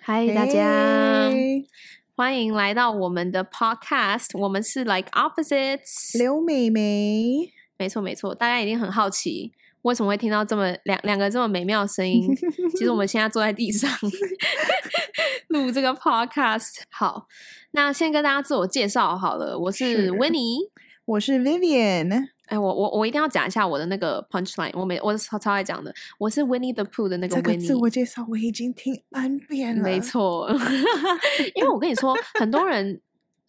嗨，大家嘿欢迎来到我们的 podcast，我们是 like opposites。刘美眉，没错，没错，大家一定很好奇，为什么会听到这么两两个这么美妙的声 音？其实我们现在坐在地上录这个 podcast。好，那先跟大家自我介绍好了，我是是 Winnie。我是 Vivian，哎，我我我一定要讲一下我的那个 punchline，我每我是超超爱讲的，我是 Winnie the Pooh 的那个这 Winnie。个自我介绍我已经听 N 遍了，没，错， 因为我跟你说，很多人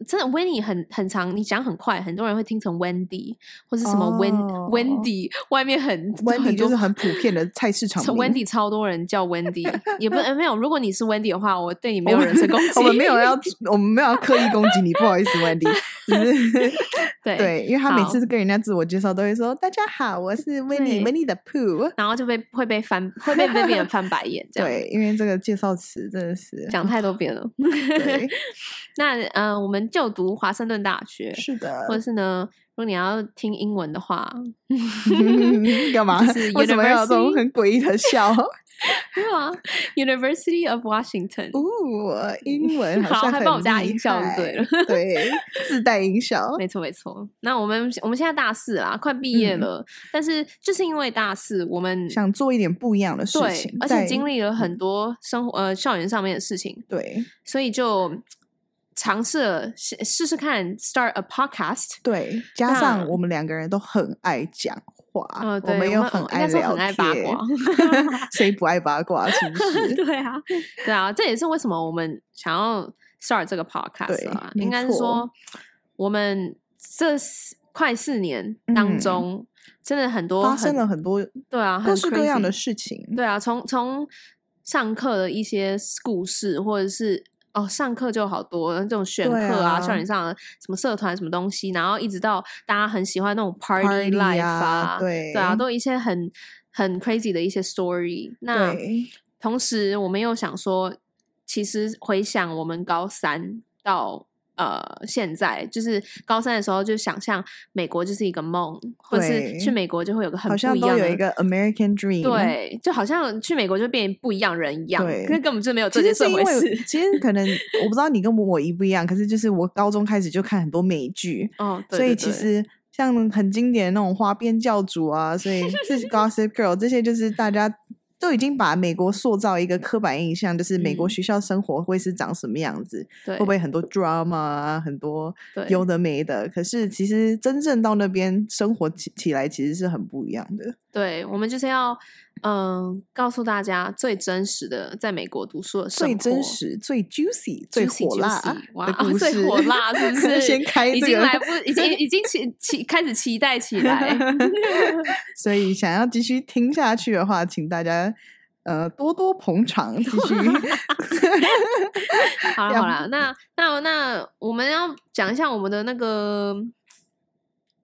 真的 Wendy 很很长，你讲很快，很多人会听成 Wendy 或是什么 Wen、哦 Wendy，外面很温迪很就多是很普遍的菜市场名。 Wendy 超多人叫 Wendy，也 不呃没有，如果你是 Wendy 的话，我对你没有我们人身攻击，哦我们没 有要，我们没有要刻意攻击你，不好意思，温迪，只是对。 对，因为他每好嗯次跟人家自我介绍都会说：“大家好，我是温对迪，温迪的 Pooh。然后就被会被翻，会被被别人翻白 眼”，这样对，因为这个介绍词真 的是讲太多遍了。对，那呃，我们就读华盛顿大学，是的或，者是呢，如果你要听英文的话， 干嘛就是？ 为什么要有这种 university 很诡异的笑？没有啊，University of Washington。哦，英文好像还很帮我加厉音效就害对了对，自带音效。没错没错，那我们我们现在大四啦，快毕业嗯了，但是就是因为大四，我们想做一点不一样的事对情，，而在嗯且经历了很多生活呃校园上面的事情，对所以就尝试了试试试看 start a podcast。对，加上我们两个人都很爱讲话，呃，我对，们又很应该说聊很爱八天卦，，谁不爱八卦？是 不 是？对啊，对啊，这也是为什么我们想要 start 这个 podcast 对啊，没应该是错说我们这四快四年当嗯中，真的很多发生了很多对啊，各很式各样的 crazy 事情。对啊，从从上课的一些故事，或者是哦，上课就有好多这种选对课啊，校啊园上的什么社团什么东西，然后一直到大家很喜欢那种 Party party life 啊对对啊，都有一些很很 crazy 的一些 story。那对同时，我们又想说，其实回想我们高三到呃现在，就是高三的时候，就想象美国就是一个梦，或是对去美国就会有个很好不像一都样有的一个 American Dream。。对，就好像去美国就变不一样人一样，对可是根本就没有这其件实事是回因 为，事。其实可能我不知道你跟我一不一样，可是就是我高中开始就看很多美剧，哦，对所以对其对实像很经典的那种花边教主啊，所以这 些 Gossip Girl 这些就是大家都已经把美国塑造一个刻板印象，就是美国嗯学校生活会是长什么样子，对会不会很多 drama 啊，很多对有的没的。可是其实真正到那边生活起起来，其实是很不一样的。对，我们就是要嗯、告诉大家最真实的在美国读书的生最活，真实、最 juicy、最 Juicy 火辣 Juicy，哇啊的故事，最火辣是 不是先开已这经个来不已经已经期期开始期待起来。 所以想要继续听下去的话，请大家呃多多捧场，继 续好了 要好了，那那那我们要讲一下我们的那个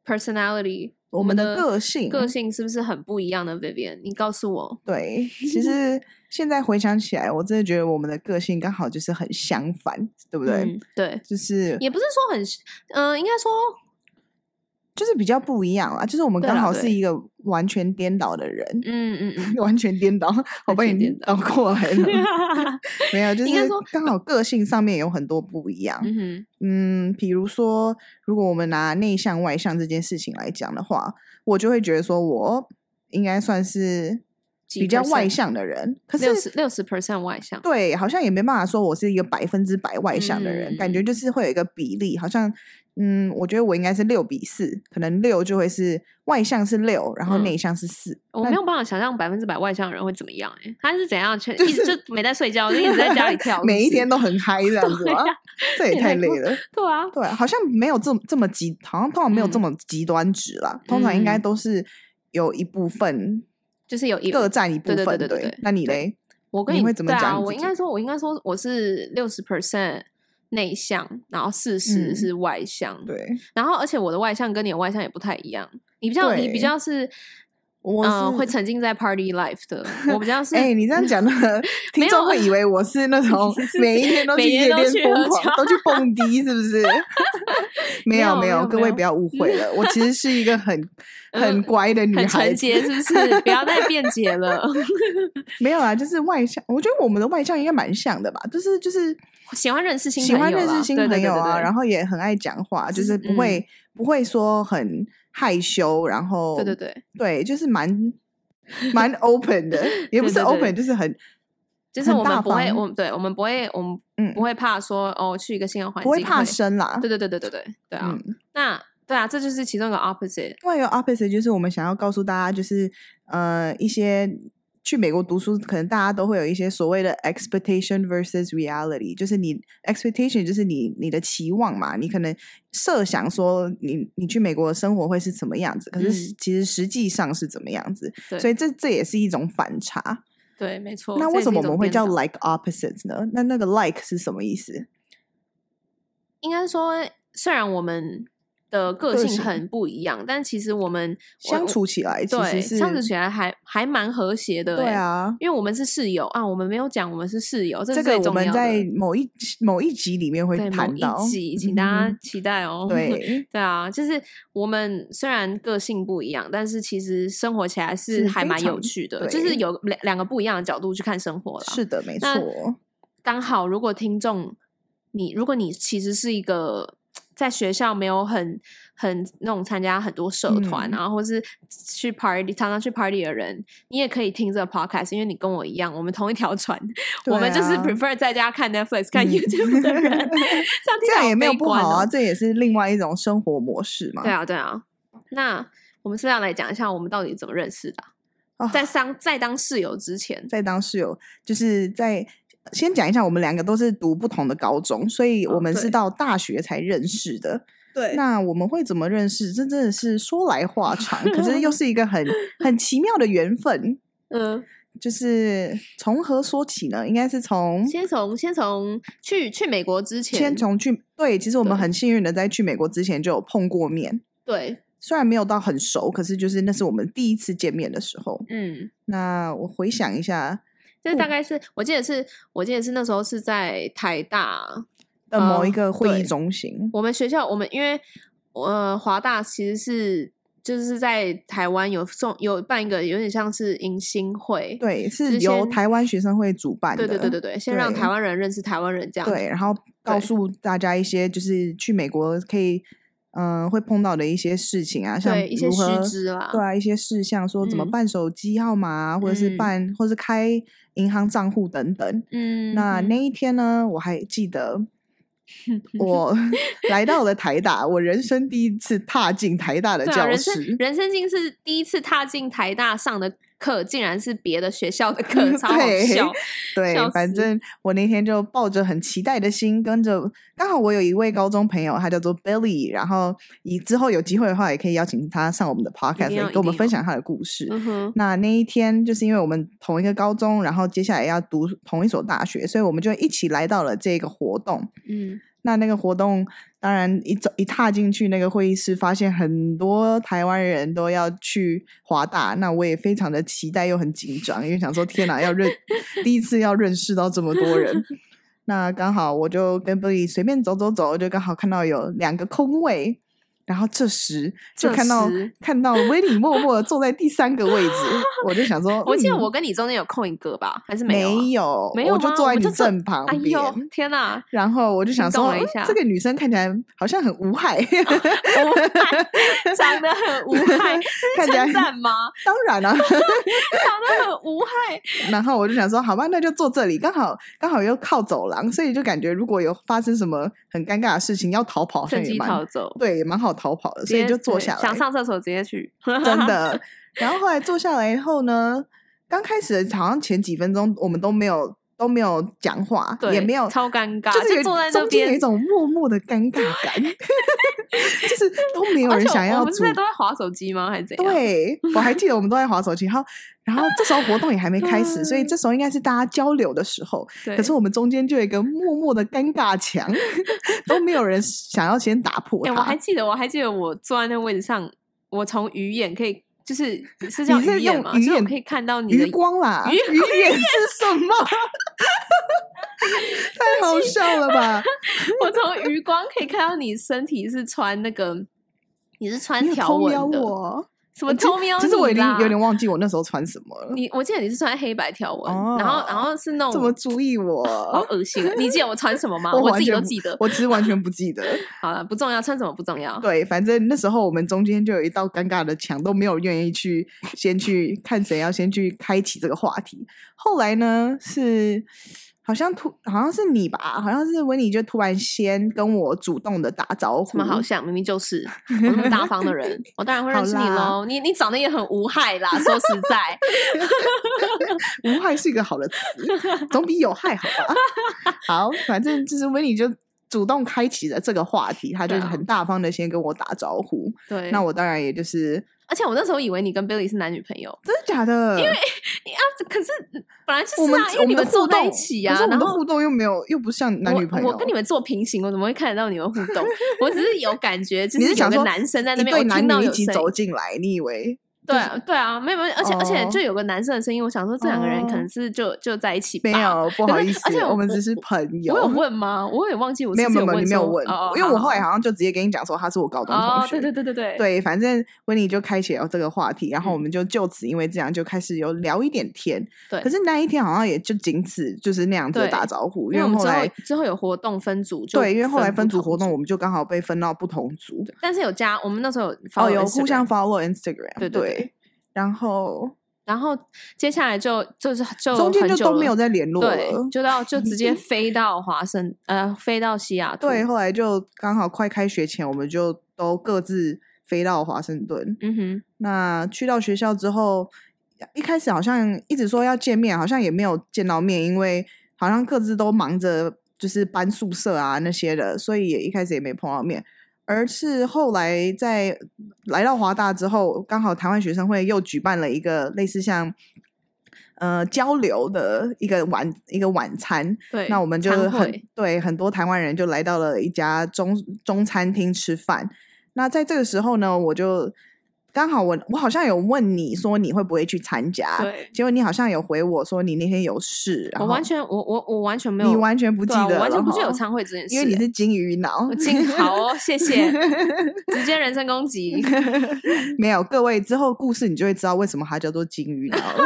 personality，我们的个性。个性是不是很不一样呢？Vivian，你告诉我。对， 其实现在回想起来，我真的觉得我们的个性刚好就是很相反，对不对？嗯、对，就是也不是说很，嗯、应该说就是比较不一样啦，就是我们对啦刚好对是一个完全颠倒的人， 嗯嗯嗯，完全颠倒，我被全你颠倒倒过来 了。没有，就应该是说刚好个性上面有很多不一样。嗯哼，嗯，比如说，如果我们拿内向外向这件事情来讲的话，我就会觉得说我应该算是几比较 percent？外向的人，可六是十六十 percent 外向，对，好像也没办法说我是一个百分之百外向的人，嗯感觉就是会有一个比例，好像嗯，我觉得我应该是六比四，可能六就会是外向是六，然后嗯内向是四、我那没有办法想象百分之百外向的人会怎么样、欸。他是怎样全就一直是就没在睡觉，就一直在家里跳，是不每一是天都很嗨这样子 对吗？啊这也也太太累过了。对啊，对，好像没有这么这么极，好像通常没有这嗯么极端值啦。通常应该嗯都是有一部分就是有一各占一部对对分。对对对对那你对嘞？我跟你你会怎么对啊？讲你我自应己该说，我应该说我是六十 percent 内向，然后四十嗯是外向。对，然后而且我的外向跟你的外向也不太一样，你比较你比对较是 我是、 嗯，会沉浸在 party life 的。我比较是，哎、你这样讲的 听众会以为我是那种每一天都啊每去天夜都店去疯喝狂、酒都去蹦迪，是 不是？没有没有有，没各位有不要误会了，我其实是一个很很 嗯乖的女很孩纯子，洁，是不是？不要再辩解了，没有啦，就是外向。我觉得我们的外向应该蛮像的吧，就是就是喜欢认识新喜朋欢友啦，认识新对朋友啊，对对对对然后也很爱讲话，就是不嗯会、不会说很害羞，然后对对对， 对，就是蛮蛮 open 的，也不是对对对 open，就是很 就是很我们大不会，方我们对我们不会，我们嗯不会怕说哦，去一个新的环不境会怕生啦。对对对对对对对啊，嗯，那对啊，这就是其中一个 opposite。另外一个 opposite 就是我们想要告诉大家，就是呃一些。去美国读书，可能大家都会有一些所谓的 expectation versus reality，就是你 expectation 就是你你的期望嘛，你可能设想说你你去美国的生活会是怎么样子，可是嗯其实实际上是怎么样子，对所以这这也是一种反差。对，没错。那这为也是什一么我种们会颠叫倒 like opposites 呢？那那个 like 是什么意思？应该说，虽然我们的个个性性很不一样，但其实我们我相处起来其对实是相处起来还还蛮和谐的、欸对，啊，因为我们是室友啊，我们没有讲我们是室友，这这是个最我重要们的。在某一某一集里面会对某谈到一，集，请大嗯家期待哦。对 对啊，就是我们虽然个性不一样，但是其实生活起来是是还非蛮有常趣的，对就是有两两个不一样的角度去看生活啦。是的，没那 错，刚好，如果听众你，如果你其实是一个在学校没有很很那种参加很多社团啊，嗯然后或是去 party 常常去 party 的人，你也可以听这个 podcast，因为你跟我一样，我们同一条船，对我们就是啊 prefer 在家看 Netflix、看嗯 YouTube 的 人，这样听起这来样也好没有悲不观好啊，哦。这也是另外一种生活模式嘛。对啊，对啊。那我们是不是要来讲一下我们到底怎么认识的啊、啊在当在当室友之前，在当室友，就是在先讲一下，我们两个都是读不同的高中，所以哦我们是对到大学才认识的。对那我们会怎么认识？这真的是说来话长，可是又是一 个很很奇妙的缘分。嗯，就是从何说起呢？应该是从先从先从去去美国之前，先从去对，其实我们对很幸运的在去美国之前就有碰过面，对虽然没有到很熟，可是就是那是我们第一次见面的时候。嗯，那我回想一下就是大概是、我记得是，我记得是那时候是在台大，的某一哦个会议对中心，我们学校我们因为呃华大其实是就是在台湾有送有办一个有点像是迎新会，对，就是是由先台湾学生会主办的，对对对对对，先让台湾人认识台湾人这样子，对，然后告对诉大家一些就是去美国可以，嗯、会碰到的一些事情啊，像对一些如何须知啦对啊，一些事项，说怎么嗯办手机号码啊、或者是嗯办，或是开银行账户等等。嗯，那嗯那一天呢，我还 记得我来到了台大，我人生第一次踏进台大的对啊，教人生 室。人生竟是第一次踏进台大上的课，竟然是别的学校的课，超好嗯对笑，对笑，反死正我那天就抱着很期待的心，跟着刚好我有一位高中朋友，他叫做 Billy，然后以之后有机会的话，也可以邀请他上我们的 podcast 定要来一跟我们定分要享他的故事。嗯哼，那那一天，就是因为我们同一个高中，然后接下来要读同一所大学，所以我们就一起来到了这个活动。嗯，那那个活动，当然一走一踏进去那个会议室，发现很多台湾人都要去华大，那我也非常的期待又很紧张，因为想说天哪，要认第一次要认识到这么多人。那刚好我就跟 Billy 随便走走走，就刚好看到有两个空位，然后这时就这看到时看到威利默默地坐在第三个位置，我就想说，我记得嗯我跟你中间有空一个吧，还是没有啊、没没有，有我就吗坐我在们你就坐正旁哎边。呦，天哪！然后我就想心动说，了一嗯下这个女生看起来好像很无害，无害，长得很 无害，这看是起来称赞吗？当然了、长得很无害， 然后我就想说，好吧，那就坐这里，刚好刚好又靠走廊，所以就感觉如果有发生什么很尴尬的事情要逃跑，好像趁也机蛮逃走，对，也蛮好逃跑的，所以直接就坐对下来，想上厕所直接去，真的。 然后后来坐下来以后呢，刚开始好像前几分钟我们都没有都没有讲话，对，也没有超尴尬，就是有坐在那中间有一边，种默默的尴尬 感，就是都没有而人且想我要们主现在都在划手机吗？还是怎样？对，我还记得我们都在划手机，然后然后这时候活动也还没开始，所以这时候应该是大家交流的时候。嗯对，可是我们中间就有一个默默的尴尬墙， 都没有人想要先打破哎、它。我还记得，我还记得我坐在那位置上，我从鱼眼可以就是是叫你是鱼眼用吗？鱼就是我眼可以看到你的余光啦，鱼鱼眼是什么？ 太好笑了 吧！我从余光可以看到你身体是穿那个，你是穿你有条偷纹瞄的，我，什么其实偷瞄其实我你已经啦有点忘记我那时候穿什么了。你我记得你是穿黑白条纹，然后然后是那这么种注意哦 好我？恶心啊！你记得我穿什么吗？ 我我完自己全都不记得。我其实完全不 记得。好了，不重要，穿什么不重要。对，反正那时候我们中间就有一道尴尬的墙，都没有愿意去先去看谁要先去开启这个话题。后来呢，是好像突好像是你吧，好像是维尼就突然先跟我主动的打招什呼，么好像明明就是我那么大方的人，我当然会认识你嗯好啦喽。你你长得也很无害啦，说实 在， 无害是一个好的词，总比有害好 吧？好，反正就是维尼就主动开启了这个话题，他就对是啊很大方的先跟我打招呼。对。那我当然也就是而且我那时候以为你跟 Billy 是男女朋友，真的假的？因为你啊，可是本来就是我们啊，因我为你们的们坐互在动一起呀、可是啊，我然们的后互动又没有又不像男女朋友。我。我跟你们做平行，我怎么会看得到你们互动？我只是有感觉，就你是有想个说男生在那一边，我听对男到女一有起声音走。进来，你以为？对啊，对啊，没有没有，而且、而且哦就有个男生的声音，我想说这两个人可能是就就在一起吧。没，有，不好可是意而思且，我我们我只是朋友。我有问吗？我有点忘记我是没有不没是有没有，问你没有说问哦，我，因为我好后来好好像就直接跟你讲说他是我高中同哦，对学。对对对对，对，反正温妮就开启了这个话题，然后我嗯们就就此因为这样就开始有聊一点天。对可是那一天好像也就仅此就是那样子的对打招呼，因为因我为们后之后来之后有活动分组就，对，因为后来分组不同活动，我们就刚好被分到不同组，但是有加我们那时候有哦， follow 有互 Instagram 相 follow Instagram，对对对然后然后接下来就就是就中间很就久都没了有再联络对了，。就到就直 接飞到华盛呃飞到西雅图，对，后来就刚好快开学前，我们就都各自飞到华盛顿。嗯哼，那去到学校之后，一开始好像一直说要见面，好像也没有见到面，因为好像各自都忙着就是搬宿舍啊那些的，所以也一开始也没碰到面。而是后来在来到华大之后，刚好台湾学生会又举办了一个类似像呃交流的一个晚一个晚餐，对，那我们就参很会对很多台湾人就来到了一家中中餐厅吃饭。那在这个时候呢，我就刚好我我好像有问你说你会不会去参加，对，结果你好像有回我说你那天有事，然我后完全我我我完全没有，你完全不记对啊得了哈，我完全不记得有参会这件事，因为你欸是金鱼脑我，进好哦，谢 谢，直接人身攻击，没有各位之后故事你就会知道为什么它叫做金鱼脑了，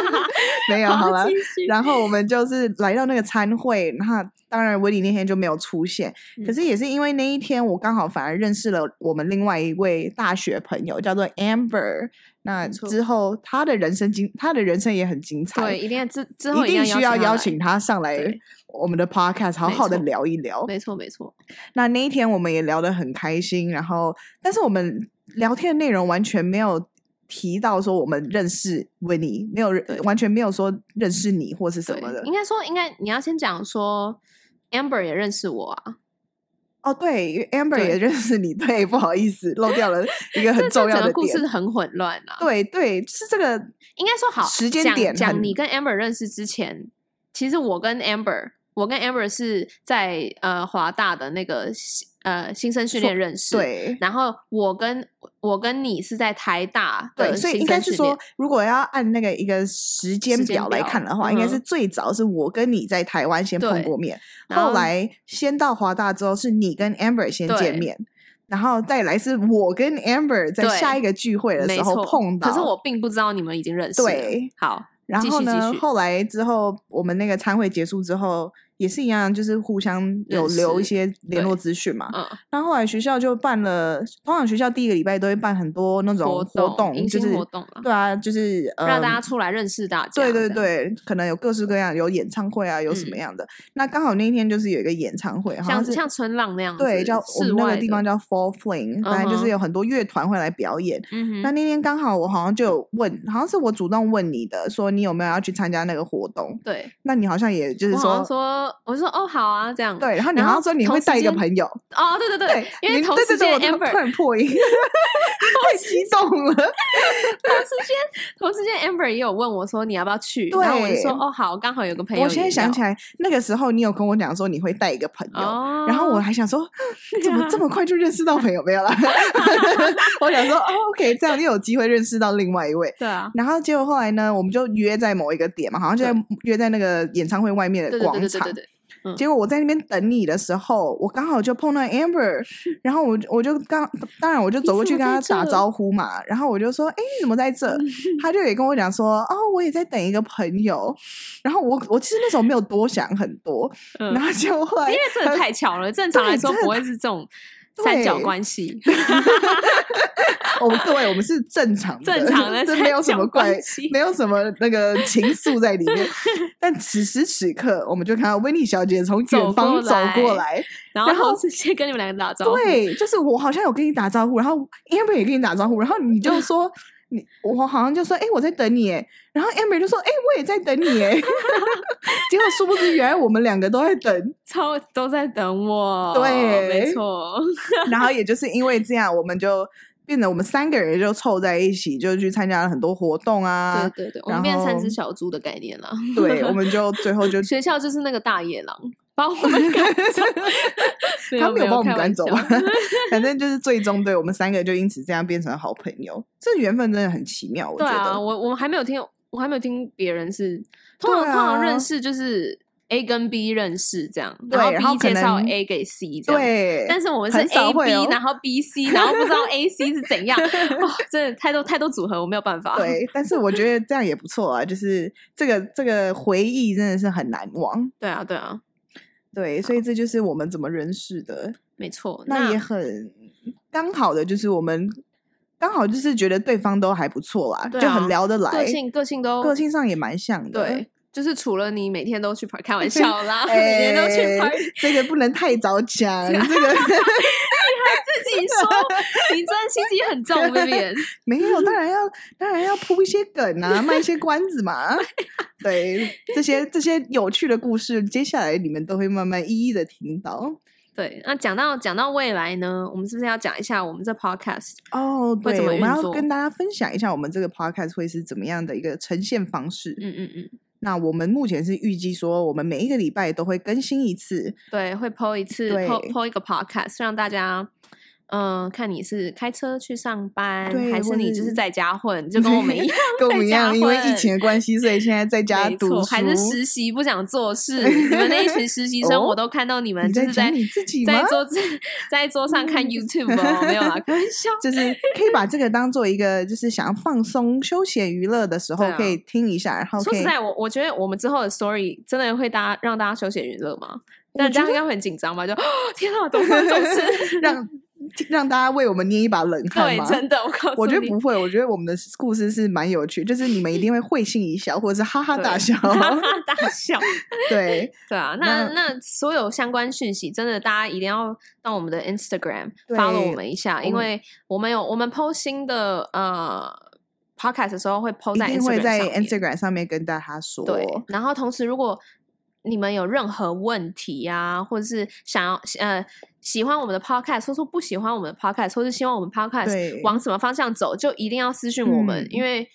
没有 好了 继。续然后我们就是来到那个餐会，那当然维里那天就没有出现，可嗯是也是因为那一天我刚好反而认识了我们另外一位大学朋友，叫做 Amber。那没错之后他的人生精，他的人生也很精彩，对，一定要之之后一定需要邀邀请他上来对我们的 podcast，好没好的错聊一他聊来，。没错没错，那那一天我们也聊得很开心，然后但是我们聊天的内容完全没有提到说我们认识维尼，没有认对完全没有说认识你或是什对么的，应该说应该你要先讲说，Amber 也认识我啊，哦，对因为，Amber 对也认识你，对，不好意思，漏 掉了一个很这重这要整的个故事点。很混乱啊，对对，是这个应该说好时间讲点讲很你跟 Amber 认识之前，其实我跟 Amber，我跟 Amber 是在呃华大的那个新呃新生训练认识，。对然后我跟我跟你是在台大的对，所以新应该生是训说练，如果要按那个一个时间时间表来表看的话，应该嗯哼是最早是我跟你在台湾先碰对过面，然后后来先到华大之后是你跟 Amber 先见对面。然后再来是我跟 Amber 在对下一个聚会的没时候错碰到，可是我并不知道你们已经认识了。对，好，然继后续继呢，续后来之后我们那个餐会结束之后也是一样，就是互相有认留一识些联络对资讯嘛。嗯，那后来学校就办了，通常学校第一个礼拜都会办很多那种活活动迎就是新活动啊，对啊，就是呃，让大家出来认识大家。对对这样，对，可能有各式各样，有演唱会啊，有什么嗯样的。那刚好那一天就是有一个演唱会，好像是像春浪那样子，对，叫我室们那外个的地方，叫 Fall Fling，反正就嗯是哼有很多乐团会来表演。嗯那哼，那天刚好我好像就有问，好像是我主动问你的，说你有没有要去参加那个活动？对，那你好像也就是我好说，像说说，我说哦好啊这样。对，然后你好像说你同会时带一个间朋友，哦，对对对，因为你同对时对对间我突然 Amber 突然破 音，太激动了。同时间，同时间，Amber 也有问我说你要不要去，然后我就对说哦好，刚好有个朋友也要。我现在想起来，那个时候你有跟我讲说你会带一个朋友，哦，啊然后我还想 说，你怎么这么快就认识到朋友没有啦？我想说、哦、，OK，这样又有机会认识到另外一位。对啊，然后结果后来呢，我们就约在某一个点嘛，好像就在约在那个演唱会外面的对对对广对对场对。对，嗯结果我在那边等你的时候，我刚好就碰到 Amber，然后我就我就刚当然我就走过去跟他你怎么打在这嗯招呼嘛，然后我就说：“哎，你怎么在这？”他就也跟我讲说：“哦，我也在等一个朋友。”然后我我其实那时候没有多想很多，嗯然，后结果后来因为真的太巧了，正常来说对真的不会是这种三角对关系，我们各位我们是正常的，正常的这没有什么怪三角关系没有什么那个情愫在里 面。但此时此刻，我们就看到威利小姐从走远方过走过来来，然后然后同时间跟你们两个打招呼，对，就是我好像有跟你打招呼，然后 Amber 也跟你打招呼，然后 你就说你我好像就说哎、诶我在等你耶，然后 Amber 就说哎、诶我也在等你耶，结果殊不知原来我们两个都在等，超都在等我，对没错， 然后也就是因为这样，我们就变得我们三个人就凑在一起，就去参加了很多活动啊对，对对，我们然变三后只小猪的概念了，对，我们就 最后就，学校就是那个大野狼。把我们赶走 没他有没有把我们开赶玩走啊笑吧？ 反正就是最终对我们三个就因此这样变成好朋友，这缘分真的很奇妙，我对觉啊，得。我我还没有听，我还没有听别人是通常、对啊通常认识就是 A 跟 B 认识这样，对然后 B 可介绍能 A 给 C 这样。对，但是我们是很少 A 会 B，、哦然后 B C，然后不知 道 A C 是怎样，哦，真的太多太多组合，我没有办 法。对，但是我觉得这样也不错啊， 就是这个这个回忆真的是很难忘。对啊对啊，对，所以这就是我们怎么认识的，没错。那那也很刚好的，就是我们刚好就是觉得对方都还不错啦，对就很啊聊得来，个性个性都个性上也蛮像的。对，就是除了你每天都去 party，开 玩笑啦，哎。每天都去 party， 这个不能太早 讲，这个自己说你真的心机很 重，Vivian。没有，当然要，当然要铺一些梗 啊，卖一些关子嘛。对，这些这些有趣的故事，接下来你们都会慢慢一一的听到。对，那讲到讲到未来呢，我们是不是要讲一下我们这 podcast？哦，会对，怎么我们运要作跟大家分享一下我们这个 podcast 会是怎么样的一个呈现方式。嗯嗯嗯，那我们目前是预计说，我们每一个礼拜都会更新一次。对，会 po 一次对，po po 一个 podcast，让大家。嗯、看你是开车去上班，对还是或你就是是在家混，就跟我们一 ，样跟我们一样，在家因为混疫情的关系，所以 现在在家没读错书，还是实习不想做 事。你们那一群实习生，哦我都看到你们你就在是讲在你自己在吗嗯桌子 在桌上看 YouTube 哦，没有啦，开玩笑。就是可以把这个当做一个，就是想要放松、休闲、娱乐的时候对啊可以听一下，然后说可以实在，我我觉得我们之后的 story 真的会大家让大家休闲娱乐吗？我但觉大家得应该会很紧张吧？就天啊，怎么会有这种 事？ 让让大家为我们捏一把冷汗对，嘛。真的，我告诉你，我觉得不会，我觉得我们的故事是蛮有趣，就是你们一定会会心一笑，或者是哈哈对 大笑。哈哈大笑。对，对啊，那那那所有相关讯息，真的大家一定要到我们的 Instagram 对 follow 我们一下，因我们为我们有我们 PO 新的呃 podcast 的时候会 PO 在一定会 Instagram 在上面 Instagram 上面跟大家说。哦对，然后同时如果你们有任何问题呀、或者是想要呃喜欢我们的 podcast，或说不喜欢我们的 podcast，或是希望我们 podcast 对往什么方向走，就一定要私讯我们，嗯因为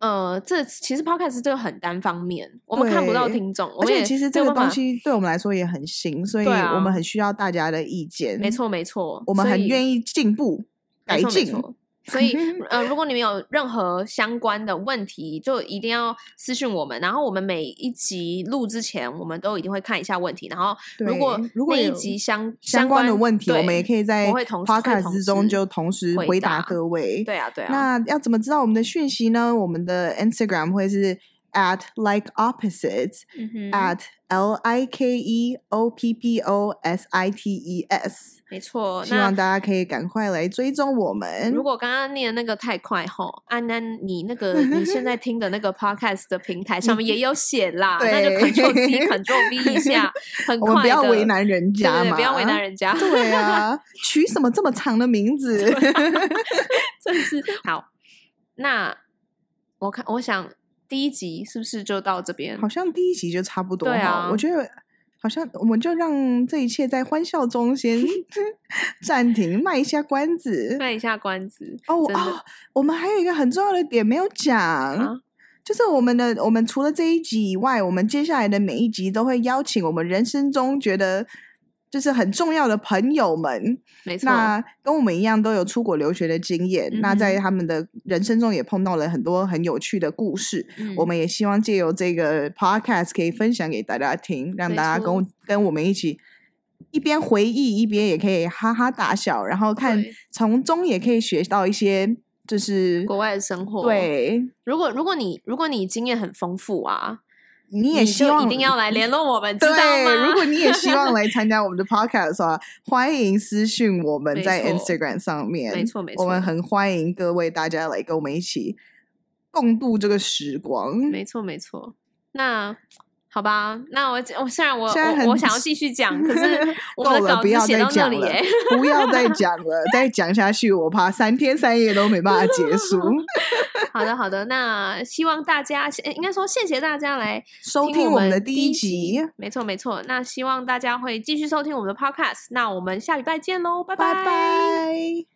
呃，这其实 podcast 这个很单方面，我们看不到对听众，我而们且也其实没这有个办东法，西对我们来说也很新，所以对啊我们很需要大家的意见。没，错没错，我们所很以愿意进步、改没错没进。错所 以，呃，如果你们有任何相关的问题，就一定要私讯我们。然后，我们每一集录之前，我们都一定会看一下问题。然后，如果对如果那一有集相相关的问题，我对们也可以在我会同时 podcast 之中就同时回答答各位。对啊，对啊，那要怎么知道我们的讯息呢？我们的 Instagram 会是 at like opposites、嗯哼 at l i k e o p p o s i t e s，没错。希望哦那大家嗯可以赶快来追踪我们。如果刚刚念的那个太快吼，安、安，你那 个你现在听的那个 podcast 的平台上面也有写啦，那就对 Ctrl C Ctrl V 一下，很我们快不要的为难人对对家对嘛，不要为难。人 家。 对啊，取什么这么长的名字？真是好。那我看，我想第一集是不是就到这边好？像第一集就差不多对哈啊我觉得好像我们就让这一切在欢笑中先 暂停，卖一下关子。卖一下关子哦真的哦，我们还有一个很重要的点没有讲，啊！就是我们的我们除了这一集以外，我们接下来的每一集都会邀请我们人生中觉得就是很重要的朋友们，没错，那跟我们一样都有出国留学的经验，那在嗯哼他们的人生中也碰到了很多很有趣的故事。嗯我们也希望借由这个 podcast 可以分享给大家听，让没大家跟我错跟我们一起一边回忆，一边也可以哈哈大笑，然后看对从中也可以学到一些就是嗯国外的生活，，对。如果如果你如果你经验很丰富啊，你也你希就望一定要来联络我们，知道对，吗？如果你也希望来参加我们的 podcast 的话， 欢迎私讯我们没在错 Instagram 上面，没错没我们错很欢迎各位大家来跟我们一起共度这个时光。 没错，没错。那好吧，那我我虽然我现在我很我想要继续讲，可 是我够们的了，稿不子要写再到这讲里、了欸，， 不要再讲了，再讲下去我怕三天三夜都没办法结束。 好的，好的。那希望大家，诶应该说谢谢大家来收 听听我们的第第一集集，没错，没错。那希望大家会继续收听我们的 podcast。那我们下礼拜见喽，拜拜拜。